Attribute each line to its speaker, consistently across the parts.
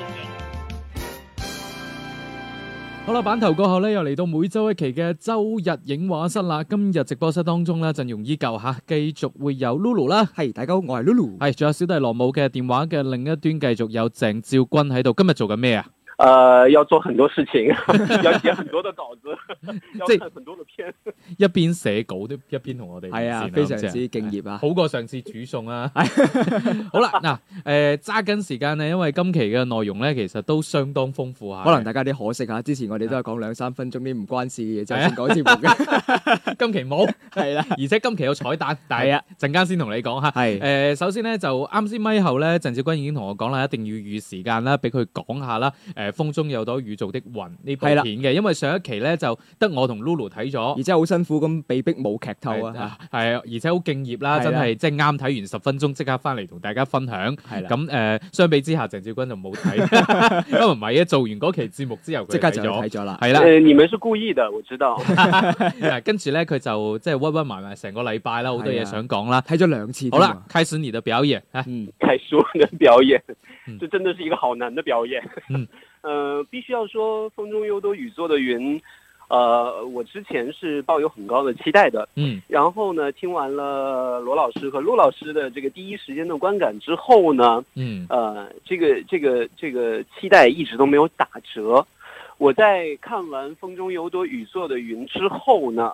Speaker 1: 影。
Speaker 2: 好啦，版頭過後咧，又嚟到每周一期嘅周日影畫室啦。今日直播室當中咧，陣容依舊吓，繼續會有 Lulu 啦，
Speaker 3: 係，大家好，我係 Lulu。
Speaker 2: 係仲有小弟羅姆嘅電話嘅另一端，繼續有鄭照君喺度。今日做緊咩啊？
Speaker 4: 呃，要做很多事 情，要寫很多的稿子，要
Speaker 2: 这
Speaker 4: 看很多的片。
Speaker 2: 一邊寫稿都一邊同我哋
Speaker 3: 係啊
Speaker 2: 連線
Speaker 3: 非常
Speaker 2: 咁即係
Speaker 3: 之敬業啊
Speaker 2: 好過上次煮餸啊啦。 好啦，嗱，誒揸緊時間咧，因為今期嘅內容咧，其實都相當豐富啊下嘅。
Speaker 3: 可能大家有啲可惜啊吓，之前我哋都係講兩三分鐘啲唔關事嘅嘢，就先講節目嘅，
Speaker 2: 今期冇，
Speaker 3: 係啊啦，
Speaker 2: 而且今期有彩蛋，但係
Speaker 3: 係啊
Speaker 2: 陣間先同你講吓。誒、
Speaker 3: 係
Speaker 2: 呃首先咧就啱先咪後咧，鄭少君已經同我講啦，一定要預時間啦，俾佢講下啦。誒、風中有朵雨做的雲呢部
Speaker 3: 係
Speaker 2: 片
Speaker 3: 啦
Speaker 2: 嘅，因為上一期咧就得我同 Lulu 睇咗
Speaker 3: 而。且好辛苦咁被逼冇劇透
Speaker 2: 係
Speaker 3: 啊，，
Speaker 2: 係啊而且好敬業啦，
Speaker 3: 係啦
Speaker 2: 真係即係啱睇完十分鐘，即刻翻嚟同大家分享。
Speaker 3: 係啦，
Speaker 2: 咁誒、相比之下，鄭少君就冇 睇，因為唔係嘅，啊做完嗰期節目之後佢
Speaker 3: 即刻
Speaker 2: 睇
Speaker 3: 就去睇
Speaker 2: 咗，
Speaker 3: 咗啦。
Speaker 2: 係啦。
Speaker 4: 呃，你们是故意的，我知 道。
Speaker 2: 嗱跟住咧佢就即係屈屈埋埋成個禮拜啦，好多
Speaker 3: 係
Speaker 2: 嘢
Speaker 3: 啊
Speaker 2: 想講啦。
Speaker 3: 睇咗兩次。啊
Speaker 2: 好啦，，開始你的表演。啊
Speaker 3: 嗯，
Speaker 4: 凯叔的表演
Speaker 2: 嗯，
Speaker 4: 这真的是一个好难的表演。
Speaker 2: 嗯，
Speaker 4: 呃，必须要说《风中有朵雨做的云》，呃，我之前是抱有很高的期待的。
Speaker 2: 嗯，
Speaker 4: 然后呢，听完了罗老师和陆老师的这个第一时间的观感之后呢，
Speaker 2: 嗯，
Speaker 4: 呃，这个这个这个期待一直都没有打折。我在看完《风中有朵雨做的云》之后呢，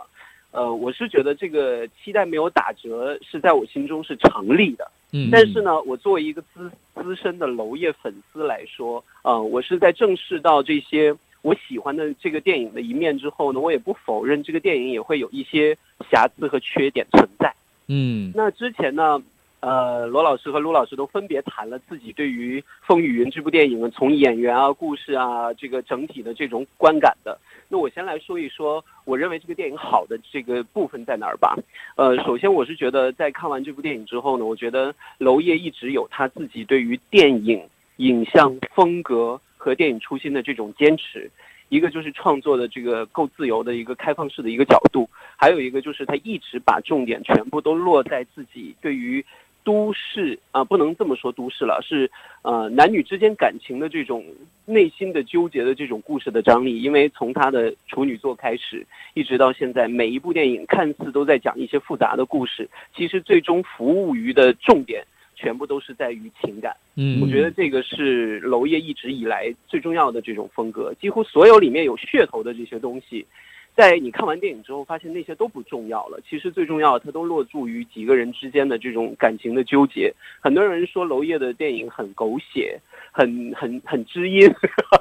Speaker 4: 呃，我是觉得这个期待没有打折是在我心中是成立的。
Speaker 2: 嗯，
Speaker 4: 但是呢，我作为一个资资深的娄烨粉丝来说，呃，我是在正视到这些我喜欢的这个电影的一面之后呢，我也不否认这个电影也会有一些瑕疵和缺点存在。
Speaker 2: 嗯，
Speaker 4: 那之前呢，呃，罗老师和陆老师都分别谈了自己对于《风雨云》这部电影从演员啊、故事啊这个整体的这种观感的。那我先来说一说，我认为这个电影好的这个部分在哪儿吧。呃，首先我是觉得在看完这部电影之后呢，我觉得娄烨一直有他自己对于电影影像风格和电影初心的这种坚持。一个就是创作的这个够自由的一个开放式的一个角度，还有一个就是他一直把重点全部都落在自己对于都市啊、不能这么说都市了，是呃男女之间感情的这种内心的纠结的这种故事的张力。因为从他的处女作开始，一直到现在，每一部电影看似都在讲一些复杂的故事，其实最终服务于的重点全部都是在于情感。
Speaker 2: 嗯，
Speaker 4: 我觉得这个是娄烨一直以来最重要的这种风格，几乎所有里面有噱头的这些东西，在你看完电影之后，发现那些都不重要了。其实最重要的，它都落注于几个人之间的这种感情的纠结。很多人说娄烨的电影很狗血，很很很知音，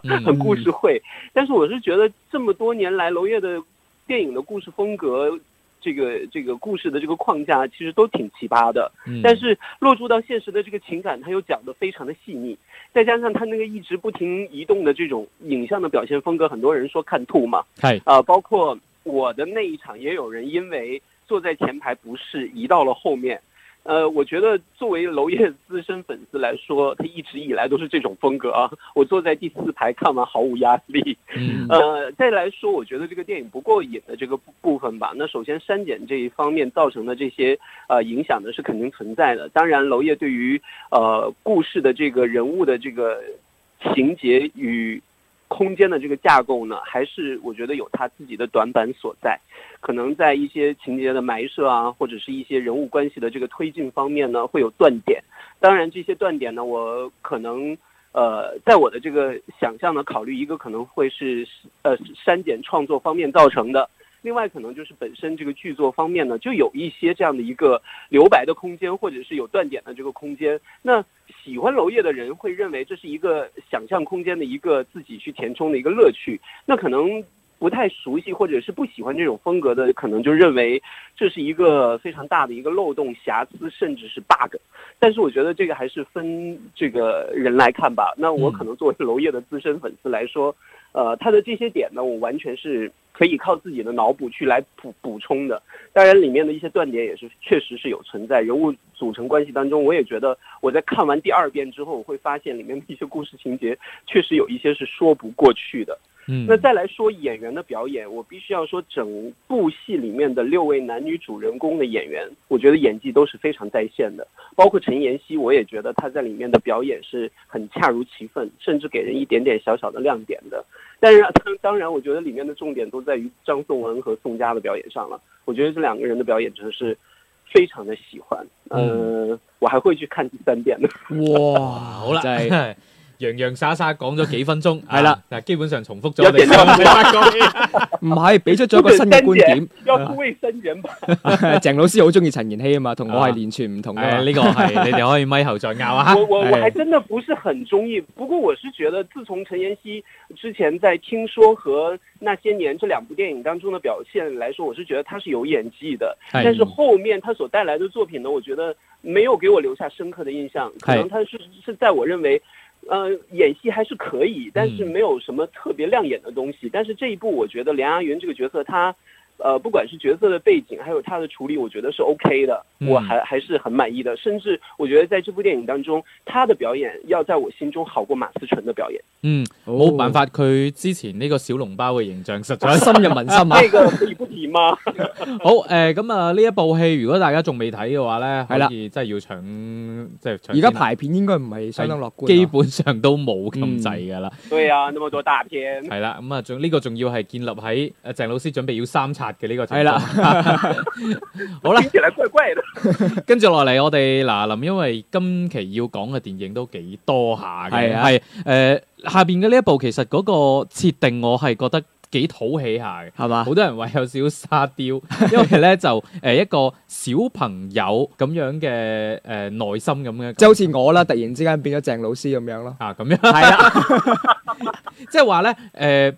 Speaker 2: 嗯
Speaker 4: 很故事会。但是我是觉得这么多年来，娄烨的电影的故事风格，这个这个故事的这个框架，其实都挺奇葩的。
Speaker 2: 嗯，
Speaker 4: 但是落入到现实的这个情感，他又讲得非常的细腻，再加上他那个一直不停移动的这种影像的表现风格，很多人说看吐嘛，
Speaker 2: 系，
Speaker 4: 啊、包括我的那一场也有人因为坐在前排不适移到了后面。呃，我觉得作为娄烨资深粉丝来说，他一直以来都是这种风格啊。我坐在第四排看完毫无压力，
Speaker 2: 嗯
Speaker 4: 呃，再来说，我觉得这个电影不过瘾的这个部部分吧。那首先删减这一方面造成的这些呃影响呢，是肯定存在的。当然，娄烨对于呃故事的这个人物的这个情节与空间的这个架构呢，还是我觉得有他自己的短板所在。可能在一些情节的埋设啊，或者是一些人物关系的这个推进方面呢，会有断点。当然，这些断点呢，我可能呃，在我的这个想象呢，考虑一个可能会是呃删减创作方面造成的，另外可能就是本身这个剧作方面呢，就有一些这样的一个留白的空间，或者是有断点的这个空间。那喜欢娄烨的人会认为这是一个想象空间的一个自己去填充的一个乐趣，那可能。不太熟悉或者是不喜欢这种风格的，可能就认为这是一个非常大的一个漏洞、瑕疵，甚至是 bug。但是我觉得这个还是分这个人来看吧。那我可能作为娄烨的资深粉丝来说，呃，它的这些点呢，我完全是可以靠自己的脑补去来补补充的。当然，里面的一些断点也是确实是有存在。人物组成关系当中，我也觉得我在看完第二遍之后，我会发现里面的一些故事情节确实有一些是说不过去的。
Speaker 2: 嗯，
Speaker 4: 那再来说演员的表演，我必须要说，整部戏里面的六位男女主人公的演员，我觉得演技都是非常在线的。包括陈妍希，我也觉得她在里面的表演是很恰如其分，甚至给人一点点小小的亮点的。但是啊当当然，我觉得里面的重点都在于张颂文和宋佳的表演上了。我觉得这两个人的表演真的是非常的喜欢，呃，我还会去看第三遍的。
Speaker 2: 嗯哇，好啦，
Speaker 3: 真係
Speaker 2: 洋洋灑灑講咗幾分鐘，
Speaker 3: 係啦
Speaker 2: 啊，嗱，基本上重複咗
Speaker 4: 有
Speaker 2: 我哋
Speaker 4: 點亮
Speaker 2: 上次嗰啲
Speaker 3: 唔係俾出咗一個新嘅觀點。
Speaker 4: 要护卫三人吧。
Speaker 3: 鄭老師好中意陳妍希啊嘛，同我係連串唔同嘅。
Speaker 2: 哎誒呢個 係你哋可以咪後再拗啊。
Speaker 4: 我我我
Speaker 3: 哎
Speaker 4: 还真的不是很中意，不过我是觉得，自从陈妍希之前在《听说》和《那些年》这两部电影当中的表现来说，我是觉得她是有演技的。
Speaker 2: 哎
Speaker 4: 但是后面她所带来的作品呢，我觉得没有给我留下深刻的印象。可能她是是在我认为，呃，演戏还是可以，但是没有什么特别亮眼的东西。但是这一部，我觉得梁阿云这个角色，她。呃，不管是角色的背景，还有她的处理，我觉得是 OK 的，
Speaker 2: 嗯
Speaker 4: 我还还是很满意的。甚至我觉得在这部电影当中，她的表演要在我心中好過马思纯的 表演。
Speaker 2: 嗯，
Speaker 3: 哦
Speaker 2: 冇辦，法，佢之前呢個小籠包嘅形象實在
Speaker 3: 深入民心啊！
Speaker 4: 这個可以不提嗎？
Speaker 2: 好誒，咁啊呢一部戲，如果大家仲未睇嘅話咧，
Speaker 3: 係啦
Speaker 2: 可以 真係要搶，即係搶
Speaker 3: 而家
Speaker 2: 先
Speaker 3: 排片應該唔係相當樂觀啊，
Speaker 2: 基本上都冇咁滯㗎啦，
Speaker 4: 对啊，那么多大片，
Speaker 2: 嗯係啦，咁啊仲呢個仲要係建立喺誒鄭老師準備要三刷嘅呢個情況
Speaker 3: 係啦。
Speaker 2: 好啦
Speaker 4: 聽，起來怪怪的。
Speaker 2: 跟住落嚟，我哋嗱林，因為今期要講嘅電影都幾多下嘅，
Speaker 3: 係啊
Speaker 2: 係誒下邊嘅呢一部其實嗰個設定我係覺得幾討喜下 嘅。
Speaker 3: 係嘛？
Speaker 2: 好多人話有少少沙雕，因為咧就誒、呃一個小朋友咁樣嘅誒、呃、內心咁嘅，
Speaker 3: 即係好似我啦，突然之間變咗鄭老師咁樣咯。
Speaker 2: 啊咁樣，
Speaker 3: 係啦，
Speaker 2: 即係話咧誒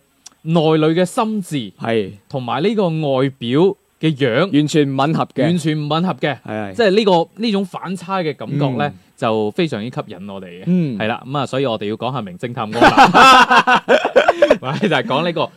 Speaker 2: 內裏嘅心智
Speaker 3: 係
Speaker 2: 同埋呢個外表嘅樣
Speaker 3: 完全唔吻合
Speaker 2: 完
Speaker 3: 嘅，
Speaker 2: 全唔吻合嘅，
Speaker 3: 係
Speaker 2: 即
Speaker 3: 係
Speaker 2: 係呢、個呢種反差嘅感覺咧、
Speaker 3: 嗯
Speaker 2: 就非常之吸引我哋嘅。
Speaker 3: 嗯
Speaker 2: 係啦，咁啊，所以我哋要講下名偵探柯南， 咪就係講呢個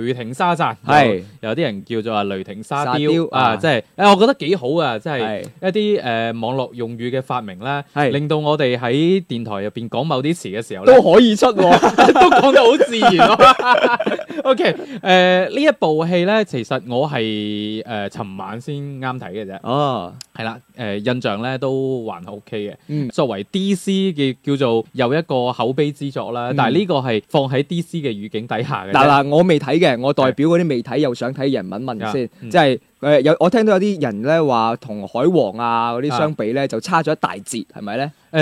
Speaker 2: 雷霆沙贊，
Speaker 3: 係
Speaker 2: 有啲人叫做啊雷霆沙
Speaker 3: 沙
Speaker 2: 雕
Speaker 3: 雕
Speaker 2: 啊，
Speaker 3: 啊
Speaker 2: 即係誒，我覺得幾好啊，即係
Speaker 3: 係
Speaker 2: 一啲誒網絡用語嘅發明啦，
Speaker 3: 係
Speaker 2: 令到我哋喺電台入邊講某啲詞嘅時候咧
Speaker 3: 都，可以出喎。
Speaker 2: 都講得好自然啊咯。OK，誒呢一部戲咧，其實我係誒尋晚先啱睇嘅啫，
Speaker 3: 哦，
Speaker 2: 係啦，誒印象咧都還 OK 嘅。
Speaker 3: 嗯，
Speaker 2: 作為 DC 嘅叫做有一個口碑之作啦，
Speaker 3: 嗯
Speaker 2: 但係呢個係放喺 DC 嘅語境底下嘅啫。
Speaker 3: 嗱嗱，我未睇嘅，我代表嗰啲未睇又想睇嘅人問問先
Speaker 2: 啊，嗯
Speaker 3: 即係誒有我聽到有啲人咧話同海王啊嗰啲
Speaker 2: 啊
Speaker 3: 相比咧就差咗一大截，係咪咧？
Speaker 2: 誒、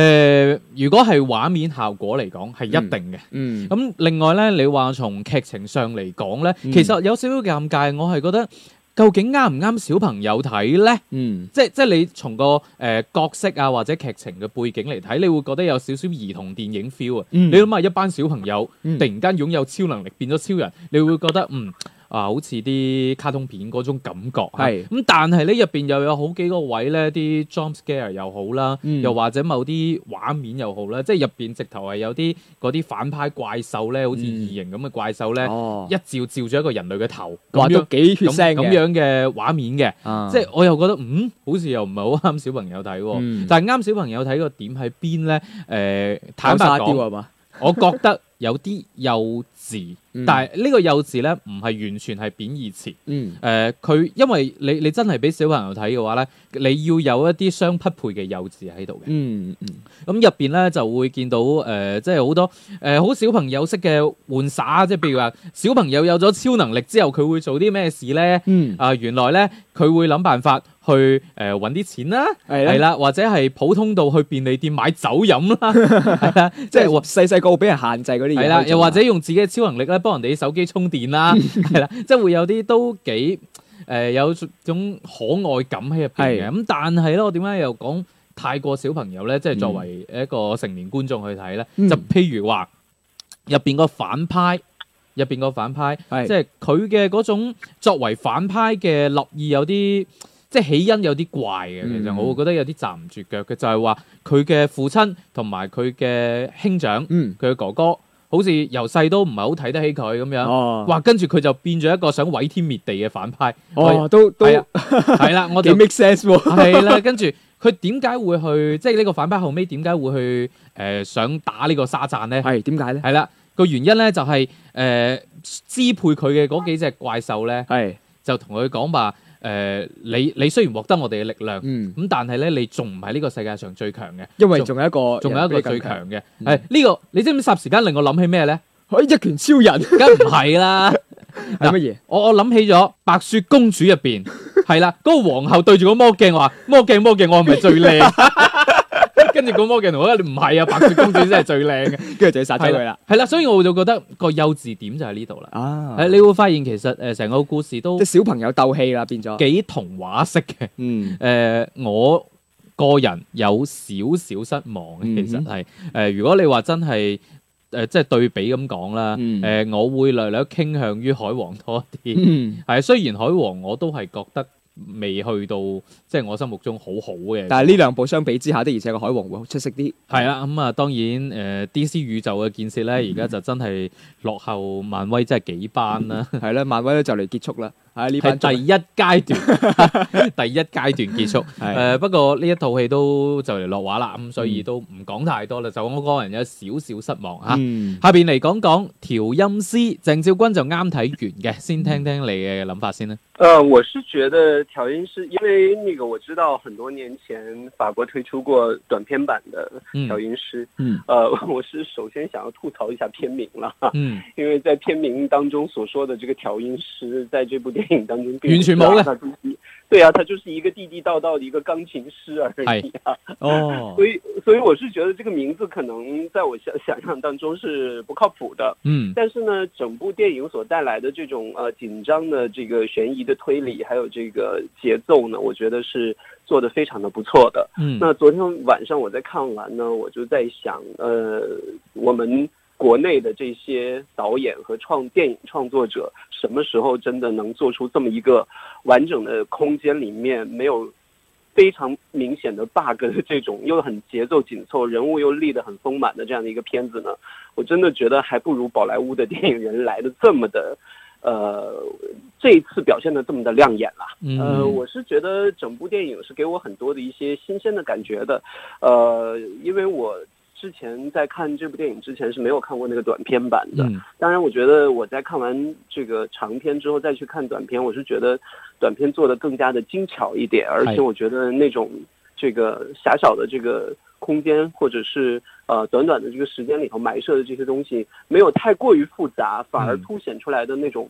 Speaker 2: 如果係畫面效果嚟講係一定嘅。
Speaker 3: 嗯，
Speaker 2: 咁、另外咧，你話從劇情上嚟講咧，
Speaker 3: 嗯
Speaker 2: 其實有少少尷尬，我係覺得。究竟啱唔啱小朋友睇咧？
Speaker 3: 嗯，
Speaker 2: 即即係你從個誒、呃角色啊或者劇情嘅背景嚟睇，你會覺得有少少兒童電影 feel 啊！
Speaker 3: 嗯
Speaker 2: 你諗下一班小朋友
Speaker 3: 嗯
Speaker 2: 突然間擁有超能力變咗超人，你會覺得嗯啊，好似啲卡通片嗰種感覺嚇
Speaker 3: 係
Speaker 2: 咁，但係呢入邊又有好幾個位咧，啲 jump scare 又好啦，
Speaker 3: 嗯
Speaker 2: 又或者某啲畫面又好啦，即係入邊直頭係有啲嗰啲反派怪獸咧，好似
Speaker 3: 嗯
Speaker 2: 異形咁嘅怪獸咧，
Speaker 3: 哦
Speaker 2: 一，照照咗一個人類嘅頭
Speaker 3: 話
Speaker 2: 咁
Speaker 3: 都
Speaker 2: 樣
Speaker 3: 幾血
Speaker 2: 咁
Speaker 3: 腥
Speaker 2: 咁
Speaker 3: 嘅，
Speaker 2: 樣嘅畫面嘅。
Speaker 3: 啊
Speaker 2: 即係我又覺得嗯，好似又唔係好啱小朋友睇喎。
Speaker 3: 嗯
Speaker 2: 但係啱小朋友睇個點喺邊咧？誒、坦
Speaker 3: 搞
Speaker 2: 白
Speaker 3: 沙雕
Speaker 2: 講，
Speaker 3: 係嘛？
Speaker 2: 我覺得有啲幼稚，
Speaker 3: 嗯
Speaker 2: 但係呢個幼稚咧唔係完全係貶義詞。誒、呃
Speaker 3: 嗯
Speaker 2: 佢因為你你真係俾小朋友睇嘅話咧，你要有一啲相匹配嘅幼稚喺度嘅。
Speaker 3: 嗯嗯
Speaker 2: 咁入邊咧就會見到誒、呃即係好多誒好、小朋友式嘅玩耍，即係譬如話小朋友有咗超能力之後，佢會做啲咩事咧？
Speaker 3: 嗯，
Speaker 2: 啊、原來咧佢會諗辦法去誒揾啲錢啦，
Speaker 3: 係啊
Speaker 2: 係
Speaker 3: 啦，
Speaker 2: 啦，或者係普通到去便利店買酒飲啦， 係啦，即
Speaker 3: 即
Speaker 2: 係
Speaker 3: 係
Speaker 2: 話
Speaker 3: 細細個俾人限制嗰啲嘢可以做啊，
Speaker 2: 係啦，又或者用自己嘅超能力咧幫人哋手機充電啦， 係啦，即係會有啲都幾誒、呃有種可愛感喺入邊嘅。
Speaker 3: 係
Speaker 2: 咁但係咧，我點解又講太過小朋友咧？即係作為一個成年觀眾去睇咧，
Speaker 3: 嗯
Speaker 2: 就譬如話入邊個反派，入邊個反派。
Speaker 3: 係
Speaker 2: 即係佢嘅嗰種作為反派嘅立意有啲，即係起因有啲怪嘅。其實
Speaker 3: 嗯
Speaker 2: 我會覺得有啲站唔住腳嘅，就係話佢嘅父親同埋佢嘅兄長，
Speaker 3: 嗯
Speaker 2: 佢嘅哥哥，好似由細都唔係好睇得起佢咁樣。
Speaker 3: 哦，
Speaker 2: 哇！跟住佢就變咗一個想毀天滅地嘅反派。
Speaker 3: 哦，都都
Speaker 2: 係啊，係啦，我
Speaker 3: 幾
Speaker 2: 就
Speaker 3: make sense 喎。
Speaker 2: 係啦，跟住佢點解會去，即係呢個反派後尾點解會去诶、呃想打呢個沙赞咧？
Speaker 3: 係點解咧？
Speaker 2: 係啦，個原因咧就係呃支配佢嘅嗰幾隻怪獸咧，
Speaker 3: 係，
Speaker 2: 就同佢講話诶，你你虽然獲得我哋嘅力量，咁、
Speaker 3: 嗯，
Speaker 2: 但係咧你仲唔係呢個世界上最強嘅，
Speaker 3: 因為仲有一個，
Speaker 2: 仲有一個最，強嘅。
Speaker 3: 嗯
Speaker 2: 係呢、個你知唔知霎時間令我諗起咩咧？
Speaker 3: 可以一拳 超人
Speaker 2: 梗唔係啦，
Speaker 3: 係乜嘢？
Speaker 2: 我我諗起咗《白雪公主》入邊，係啦，嗰、個皇后對住個魔鏡話：魔鏡魔鏡，我係咪最靚？跟住個魔鏡同我講：你唔係啊，白雪公主先係最靚嘅。
Speaker 3: 跟住就要殺咗佢啦。
Speaker 2: 係啦，所以我就覺得個幼稚點就喺呢度啦。
Speaker 3: 啊，
Speaker 2: 誒，你會發現其實誒成個故事都
Speaker 3: 即係小朋友鬥氣啦，變咗。
Speaker 2: 幾童話式嘅。
Speaker 3: 嗯，
Speaker 2: 誒、我個人有少少失望嘅，其實
Speaker 3: 嗯
Speaker 2: 係誒、如果你話真係誒、即係對比咁講啊啦，誒、
Speaker 3: 嗯
Speaker 2: 我會略略傾向於海王多啲。
Speaker 3: 嗯，
Speaker 2: 係，雖然海王我都係覺得未去到即係我心目中好好嘅，
Speaker 3: 但係呢兩部相比之下，的而且個海王會出色啲。
Speaker 2: 係啦，咁啊、當然誒、呃 DC 宇宙嘅建設咧，而
Speaker 3: 嗯
Speaker 2: 家就真係落後漫威真係幾班啦，
Speaker 3: 係啦，漫威都就嚟結束啦。係呢嗯班
Speaker 2: 係第一階段， 第一階段結束。誒、
Speaker 3: 係
Speaker 2: 不過呢一套戲都就嚟落畫啦，咁所以都唔講太多啦，就我個人有少少失望嚇。
Speaker 3: 嗯
Speaker 2: 下邊嚟講講調音師鄭少君就啱睇完嘅，先
Speaker 3: 嗯
Speaker 2: 聽聽你嘅諗法先啦。
Speaker 4: 呃，我是觉得调音师，因为那个我知道很多年前法国推出过短片版的
Speaker 2: 嗯
Speaker 4: 调音师，
Speaker 3: 嗯，
Speaker 4: 呃， 我是首先想要吐槽一下片名了，
Speaker 2: 嗯，
Speaker 4: 因为在片名当中所说的这个调音师，在这部电影当中并
Speaker 2: 完全冇
Speaker 4: 不
Speaker 2: 了
Speaker 4: 是啊，他就是一对啊，他就是一个地地道道的一个钢琴师而已啊，
Speaker 2: 哦，
Speaker 4: 所以 所以我是觉得这个名字可能在我想想象当中是不靠谱的，
Speaker 2: 嗯
Speaker 4: 但是呢，整部电影所带来的这种呃紧张的这个悬疑的推理，还有这个节奏呢，我觉得是做的非常的不错的。
Speaker 2: 嗯
Speaker 3: 呃
Speaker 4: 那昨天晚上我在看完呢，我就在想，呃，我们国内的这些导演和创电影创作者，什么时候真的能做出这么一个完整的空间里面没有非常明显的 bug 的这种，又很节奏紧凑，人物又立得很丰满的这样的一个片子呢？我真的觉得还不如宝莱坞的电影人来的这么的。呃，这一次表现的这么的亮眼啦，
Speaker 2: 嗯
Speaker 4: 呃，我是觉得整部电影是给我很多的一些新鲜的感觉的，呃，因为我之前在看这部电影之前是没有看过那个短片版
Speaker 3: 呃
Speaker 4: 的。
Speaker 2: 嗯
Speaker 4: 当然，我觉得我在看完这个长片之后再去看短片，我是觉得短片做的更加的精巧一点，而且我觉得那种这个狭小的这个空间，或者是呃短短的这个时间里头埋设的这些东西，没有太过于复杂，反而
Speaker 2: 嗯
Speaker 4: 凸显出来的那种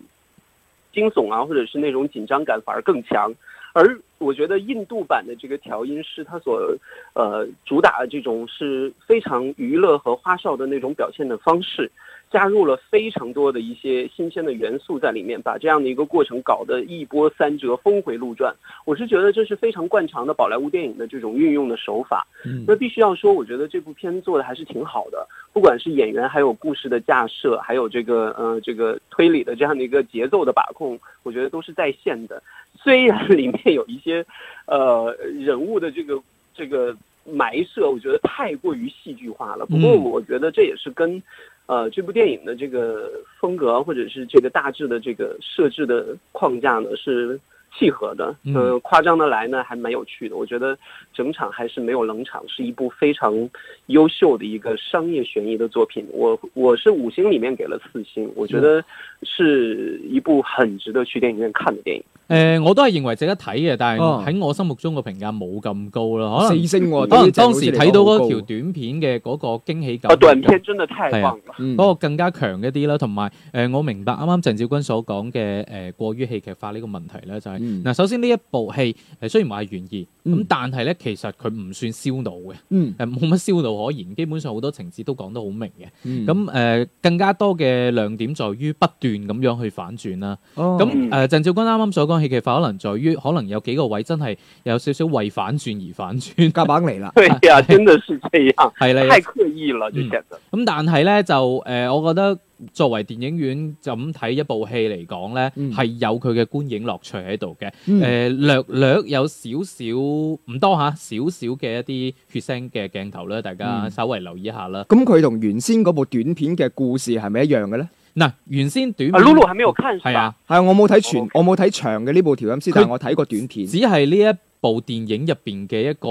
Speaker 4: 惊悚啊，或者是那种紧张感反而更强。而我觉得印度版的这个调音师，他所呃主打的这种是非常娱乐和花哨的那种表现的方式，加入了非常多的一些新鲜的元素在里面，把这样的一个过程搞得一波三折、峰回路转。我是觉得这是非常惯常的宝莱坞电影的这种运用的手法。
Speaker 2: 嗯
Speaker 4: 那必须要说，我觉得这部片做的还是挺好的，不管是演员，还有故事的架设，还有这个呃这个推理的这样的一个节奏的把控，我觉得都是在线的。虽然里面有一些呃人物的这个这个埋设，我觉得太过于戏剧化了。不过
Speaker 2: 嗯
Speaker 4: 我觉得这也是跟呃这部电影的这个风格或者是这个大致的这个设置的框架呢是。契合的，
Speaker 2: 嗯
Speaker 4: 呃，夸张的来呢，还蛮有趣的。我觉得整场还是没有冷场，是一部非常优秀的一个商业悬疑的作品。我我是五星里面给了四星，我觉得是一部很值得去電影院看的电影。
Speaker 2: 誒，呃我都係認為值得睇嘅，但
Speaker 3: 哦
Speaker 2: 係喺我心目中個評價冇咁高啦，可能
Speaker 3: 四星喎，
Speaker 2: 可能
Speaker 3: 對於鄭
Speaker 2: 當
Speaker 3: 老師
Speaker 2: 時
Speaker 3: 嚟
Speaker 2: 睇到
Speaker 3: 講好
Speaker 2: 嗰條
Speaker 3: 高，
Speaker 2: 短片嘅嗰個驚喜感，
Speaker 4: 啊，短片真的太
Speaker 2: 哎呀
Speaker 4: 棒了。
Speaker 3: 嗯
Speaker 2: 嗰個更加強一啲啦，同埋誒我明白啱啱鄭少君所講嘅誒過於戲劇化呢個問題咧，就係、
Speaker 3: 嗯
Speaker 2: 嗱、首先呢一部戲誒雖然話係懸疑，咁、
Speaker 3: 嗯
Speaker 2: 但係咧其實佢唔算燒腦嘅，
Speaker 3: 嗯
Speaker 2: 誒冇乜燒腦可言，基本上好多情節都講得好明嘅。
Speaker 3: 嗯
Speaker 2: 咁誒、更加多嘅亮點在於不斷咁樣去反轉啦。
Speaker 3: 哦
Speaker 2: 咁誒、鄭少君啱啱所講戲劇化，可能在於可能有幾個位真係有少少為反轉而反轉，
Speaker 3: 夾硬嚟啦。
Speaker 4: 啊对呀、真的是这样，
Speaker 2: 係啦。有
Speaker 4: 太刻意了，就
Speaker 2: 嗯
Speaker 4: 显得。
Speaker 2: 咁但係咧就誒、呃我覺得作為電影院就咁睇一部戲嚟講咧，
Speaker 3: 嗯
Speaker 2: 係、有佢嘅觀影樂趣喺度嘅。誒、呃
Speaker 3: 嗯
Speaker 2: 略略有少少唔多嚇，少少嘅一啲血腥嘅鏡頭咧，大家
Speaker 3: 嗯
Speaker 2: 稍微留意一下啦。
Speaker 3: 咁佢同原先嗰部短片嘅故事係咪一樣嘅咧？
Speaker 2: 嗱、原先短
Speaker 4: 啊
Speaker 2: 片
Speaker 4: ，Lulu 还没有看是
Speaker 2: 係
Speaker 4: 吧
Speaker 2: 啊？，
Speaker 3: 係啊我冇睇全，
Speaker 4: 哦，OK
Speaker 3: 我冇睇長嘅呢部調音師，但係我睇過短片。
Speaker 2: 只係呢一部電影入邊嘅一個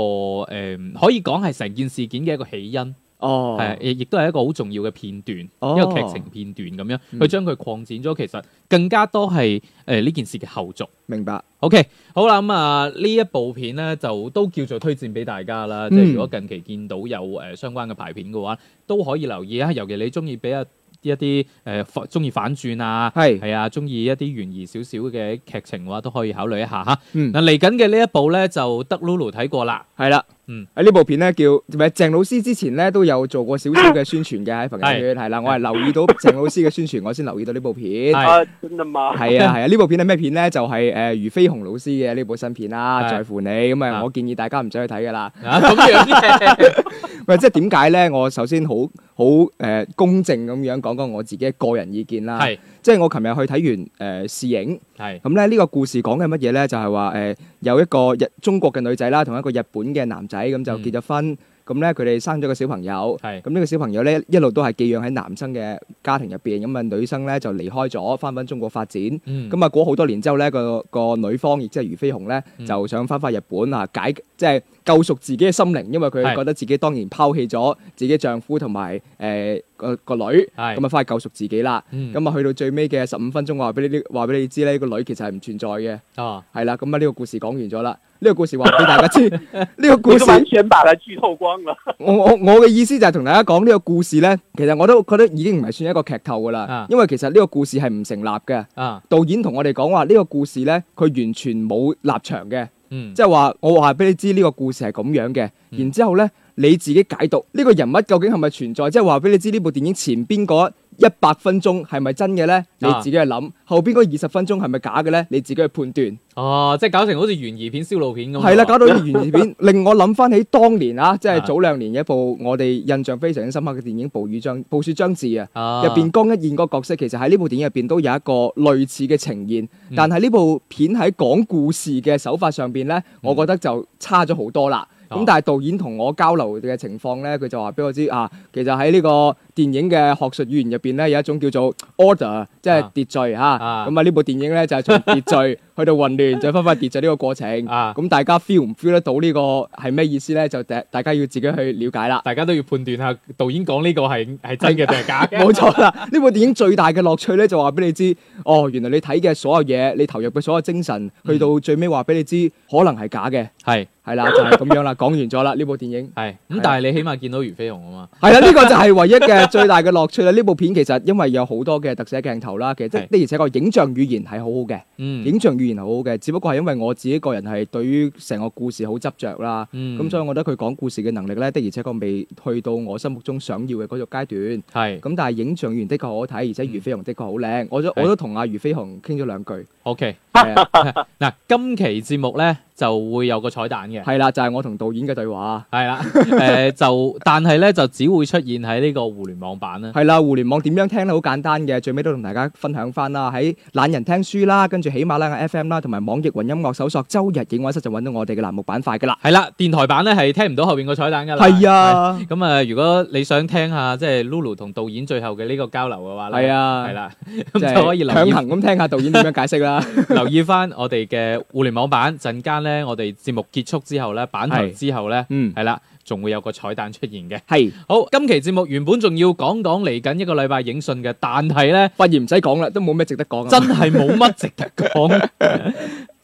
Speaker 2: 誒、可以講係成件事件嘅一個起因，
Speaker 3: 哦，
Speaker 2: 係亦亦都係一個好重要嘅片段，
Speaker 3: 哦
Speaker 2: 一個劇情片段咁樣，
Speaker 3: 嗯
Speaker 2: 佢將佢擴展咗，其實更加多係誒呢件事嘅後續。
Speaker 3: 明白。
Speaker 2: OK，好啦，咁啊呢一部片咧就都叫做推薦俾大家啦。即係
Speaker 3: 嗯
Speaker 2: 如果近期見到有誒、呃相關嘅排片嘅話，都可以留意啊。尤其你中意比較一啲誒反中意反轉啊，
Speaker 3: 係
Speaker 2: 係啊，中意一啲懸疑少少嘅劇情嘅話，都可以考慮一下嚇。
Speaker 3: 嗯
Speaker 2: 嗱嚟緊嘅呢一部咧就得 Lulu 睇過啦。
Speaker 3: 係啦，
Speaker 2: 嗯
Speaker 3: 喺呢部片咧叫，唔係鄭老師之前咧都有做過少少嘅宣傳嘅喺朋友圈，係啦，我係留意到鄭老師嘅宣傳，我先留意到呢部
Speaker 2: 係
Speaker 3: 片。
Speaker 4: 啊，真的吗？
Speaker 3: 係啊係啊，呢部片係咩片咧？就呃係誒俞飛鴻老師嘅呢部新片啦，
Speaker 2: 係
Speaker 3: 在乎你咁
Speaker 2: 啊
Speaker 3: 啊！我建議大家唔使去睇噶啦。
Speaker 2: 啊咁樣 嘅，
Speaker 3: 喂，即係點解咧？我首先好好誒公正咁樣講講我自己嘅個人意見啦。
Speaker 2: 係
Speaker 3: 即係我琴日去睇完誒試影，
Speaker 2: 係
Speaker 3: 咁咧呢個故事講嘅乜嘢咧？就係話誒有一個日中國嘅女仔啦，同一個日本嘅男仔咁就
Speaker 2: 嗯
Speaker 3: 結咗婚，咁咧佢哋生咗個小朋友。
Speaker 2: 係
Speaker 3: 咁呢個小朋友咧一路都係寄養喺男生嘅家庭入邊，咁啊女生咧就離開咗，翻返中國發展。
Speaker 2: 嗯
Speaker 3: 咁啊過好多年之後咧，個個女方亦即係俞飛鴻咧
Speaker 2: 嗯
Speaker 3: 就想翻返日本啊，解即係救贖自己嘅心靈，因為佢
Speaker 2: 係
Speaker 3: 覺得自己當年拋棄咗自己丈夫同埋誒個個女，
Speaker 2: 係
Speaker 3: 咁啊翻去救贖自己啦。
Speaker 2: 咁
Speaker 3: 咁啊，去到最尾嘅十五分鐘，我話俾你啲話俾你知呢個女其實係唔存在嘅，
Speaker 2: 啊
Speaker 3: 係啦。咁啊，呢個故事講完咗啦。呢個故事話俾大家知，呢個
Speaker 4: 你
Speaker 3: 故
Speaker 4: 是
Speaker 3: 事
Speaker 4: 完全把它剧透光了。
Speaker 3: 我我我嘅意思就係同大家講呢個故事呢，其實我都覺得已經唔係算一個劇透噶
Speaker 2: 啊
Speaker 3: 啦，因為其實呢個故事係唔成立嘅。
Speaker 2: 啊
Speaker 3: 導演同我哋講話呢個故事呢，佢完全冇立場嘅，
Speaker 2: 嗯
Speaker 3: 即係話我話俾你知呢個故事係咁樣嘅，
Speaker 2: 嗯
Speaker 3: 然之後呢，你自己解讀呢個人物究竟係咪存在，即係話俾你知呢部電影前邊嗰一百分鐘係咪真嘅呢？你
Speaker 2: 啊
Speaker 3: 自己去諗，後邊嗰二十分鐘係咪假嘅呢？你自己去判斷。
Speaker 2: 哦，即係搞成好似懸疑片、燒腦片咁喎。
Speaker 3: 係啦，搞到啲懸疑 片，令我諗翻起當年啊，即
Speaker 2: 啊
Speaker 3: 係早兩年一部我哋印象非常之深刻嘅電影《暴雨將暴雪將至》啊。
Speaker 2: 啊
Speaker 3: 入邊江一燕個角色其實喺呢部電影入邊都有一個類似嘅呈現，
Speaker 2: 嗯
Speaker 3: 但係呢部片喺講故事嘅手法上邊呢，我覺得就差咗好多啦。
Speaker 2: 嗯哦
Speaker 3: 咁但係導演同我交流嘅情況呢，佢就話俾我知啊，其實喺呢個電影嘅學術語言入邊呢，有一種叫做 order，即
Speaker 2: 啊
Speaker 3: 係秩序嚇。
Speaker 2: 啊
Speaker 3: 咁啊呢部電影呢，就係從秩序 去到混亂，再翻返秩序呢個過程。
Speaker 2: 啊，
Speaker 3: 咁大家 feel 唔 feel 得到呢個係咩意思呢？就大大家要自己去了解啦。
Speaker 2: 大家都要判斷下導演講呢個係係真嘅定係假嘅。
Speaker 3: 冇錯啦！呢部電影最大嘅樂趣咧，就話俾你知，哦，原來你睇嘅所有嘢，你投入嘅所有精神，去到最尾話俾你知，可能係假嘅，
Speaker 2: 係
Speaker 3: 係啦，就係、咁 樣啦。講完咗啦，呢部電影
Speaker 2: 係
Speaker 3: 係
Speaker 2: 咁，
Speaker 3: 啊
Speaker 2: 但係你起碼見到俞飛鴻啊嘛。
Speaker 3: 係啦，呢、個就係唯一嘅最大嘅樂趣啦。呢部片其實因為有好多嘅特寫鏡頭啦，其實的
Speaker 2: 係
Speaker 3: 的而且確影像語言係好好嘅，
Speaker 2: 嗯
Speaker 3: 影像語言係好好嘅，只不過係因為我自己個人係對於成個故事好執着啦。
Speaker 2: 嗯，
Speaker 3: 咁所以，我覺得佢講故事嘅能力咧，的而且確未去到我心目中想要嘅嗰個階段。
Speaker 2: 係
Speaker 3: 咁但係影像語言的確好睇，而且俞飛鴻的確好靚。我都
Speaker 2: 係
Speaker 3: 我都同阿俞飛鴻傾咗 兩句，
Speaker 2: OK
Speaker 3: 係啊
Speaker 2: 嗱，今期節目咧就會有個彩蛋嘅。
Speaker 3: 係啦，就係我同導演嘅對話。
Speaker 2: 係啦， 誒就但係咧就只會出現喺呢個互聯網版啦。
Speaker 3: 係啦，互聯網點樣聽咧？好簡單嘅，最尾都同大家分享翻啦。喺懶人聽書啦，跟住喜馬拉雅 FM 啦，同埋網易雲音樂搜索周日影畫室就揾到我哋嘅欄目板塊噶啦。
Speaker 2: 係啦，電台版咧係聽唔到後邊個彩蛋㗎啦。
Speaker 3: 係啊，
Speaker 2: 係。咁啊，如果你想聽下即係 Lulu 同導演最後嘅呢個交流嘅話咧，
Speaker 3: 係啊，
Speaker 2: 係，啦，
Speaker 3: 即
Speaker 2: 咁就可以留
Speaker 3: 強
Speaker 2: 意
Speaker 3: 行咁聽下導演點樣解 釋啦。
Speaker 2: 留意翻我哋嘅互聯網版。陣間咧，我哋節目結束之後咧，版頭
Speaker 3: 係
Speaker 2: 之後咧，
Speaker 3: 嗯，
Speaker 2: 係啦，仲會有個彩蛋出現嘅。
Speaker 3: 係，
Speaker 2: 好，今期節目原本仲要講講嚟緊一個禮拜影訊嘅，但係 咧
Speaker 3: 發現唔使講啦，都冇咩值得講啊。
Speaker 2: 真係冇乜值得講。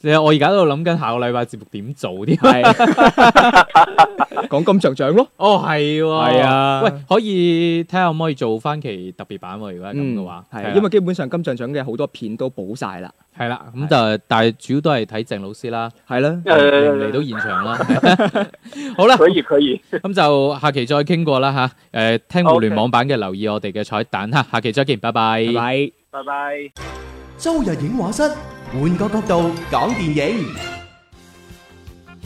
Speaker 2: 其實我而家喺度諗緊下個禮拜節目點做啲。
Speaker 3: 係講金像獎咯。
Speaker 2: 哦，係喎，
Speaker 3: 係啊
Speaker 2: 喂，可以睇下可唔可以做翻期特別版喎？如果係咁嘅話，
Speaker 3: 嗯係
Speaker 2: 係啊
Speaker 3: 因為基本上金像獎嘅好多片都補晒啦，
Speaker 2: 係啦，咁就但係主要都係睇鄭老師啦，
Speaker 3: 係啦，
Speaker 4: 誒
Speaker 2: 嚟唔嚟到現場啦。呃 好啦，
Speaker 4: 可以可以，
Speaker 2: 咁就下期再傾過啦吓，诶，聽互聯網版嘅留意我哋嘅彩蛋吓，下期再見，拜拜
Speaker 3: 拜。拜。
Speaker 4: 拜拜。
Speaker 1: 周日影画室，换个角度讲电影。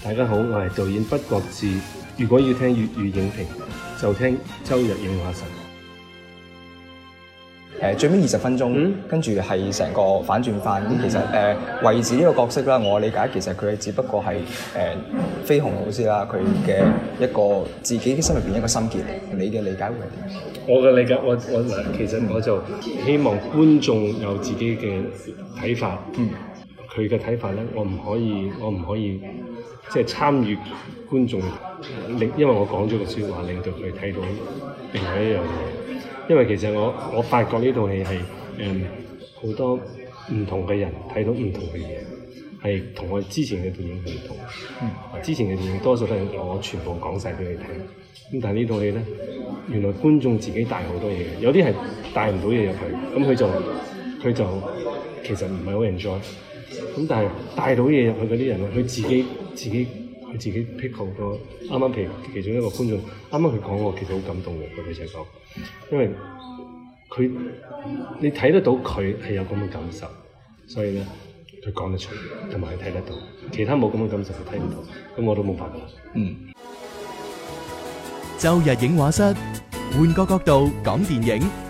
Speaker 5: 大家好，我係導演畢國志。如果要聽粵語影評，就聽周日映畫神。
Speaker 6: Hãy subscribe cho kênh Ghiền Mì Gõ Để không bỏ lỡ
Speaker 3: 誒最尾二十分鐘
Speaker 5: 嗯，
Speaker 3: 跟住係成個反轉翻。咁其實誒惠子呢個角色啦，我理解其實佢只不過係誒飛鴻老師啊啦，佢嘅一個自己心入邊一個心結嚟。你嘅理解會係點？
Speaker 5: 我嘅理解，我我嗱，其實我就希望觀眾有自己嘅睇法。
Speaker 3: 嗯
Speaker 5: 佢嘅睇法咧，我唔可以，我唔可以即係參與觀眾，令因為我講咗個説話，令到佢睇到另外一樣嘢。因為其實我我發覺呢套戲係誒好多唔同嘅人睇到唔同嘅嘢，係同我之前嘅電影唔同。之前嘅電影多數都係我全部講晒俾你聽，咁但係呢套戲咧，原來觀眾自己帶好多嘢嘅，有啲係帶唔到嘢入去，咁佢就佢就其實唔係好 enjoy，咁但係帶到嘢入去嗰啲人咧，佢自己自己佢自己 pick 好多，啱啱譬如其中一個觀眾，啱啱佢講我其實好感動嘅，個女仔講，因為佢你睇得到佢係有咁嘅感受，所以咧佢講得出，同埋佢睇得到，其他冇咁嘅感受佢睇唔到，咁我都冇辦法啦。
Speaker 3: 嗯。
Speaker 1: 周日影画室，换个角度讲电影。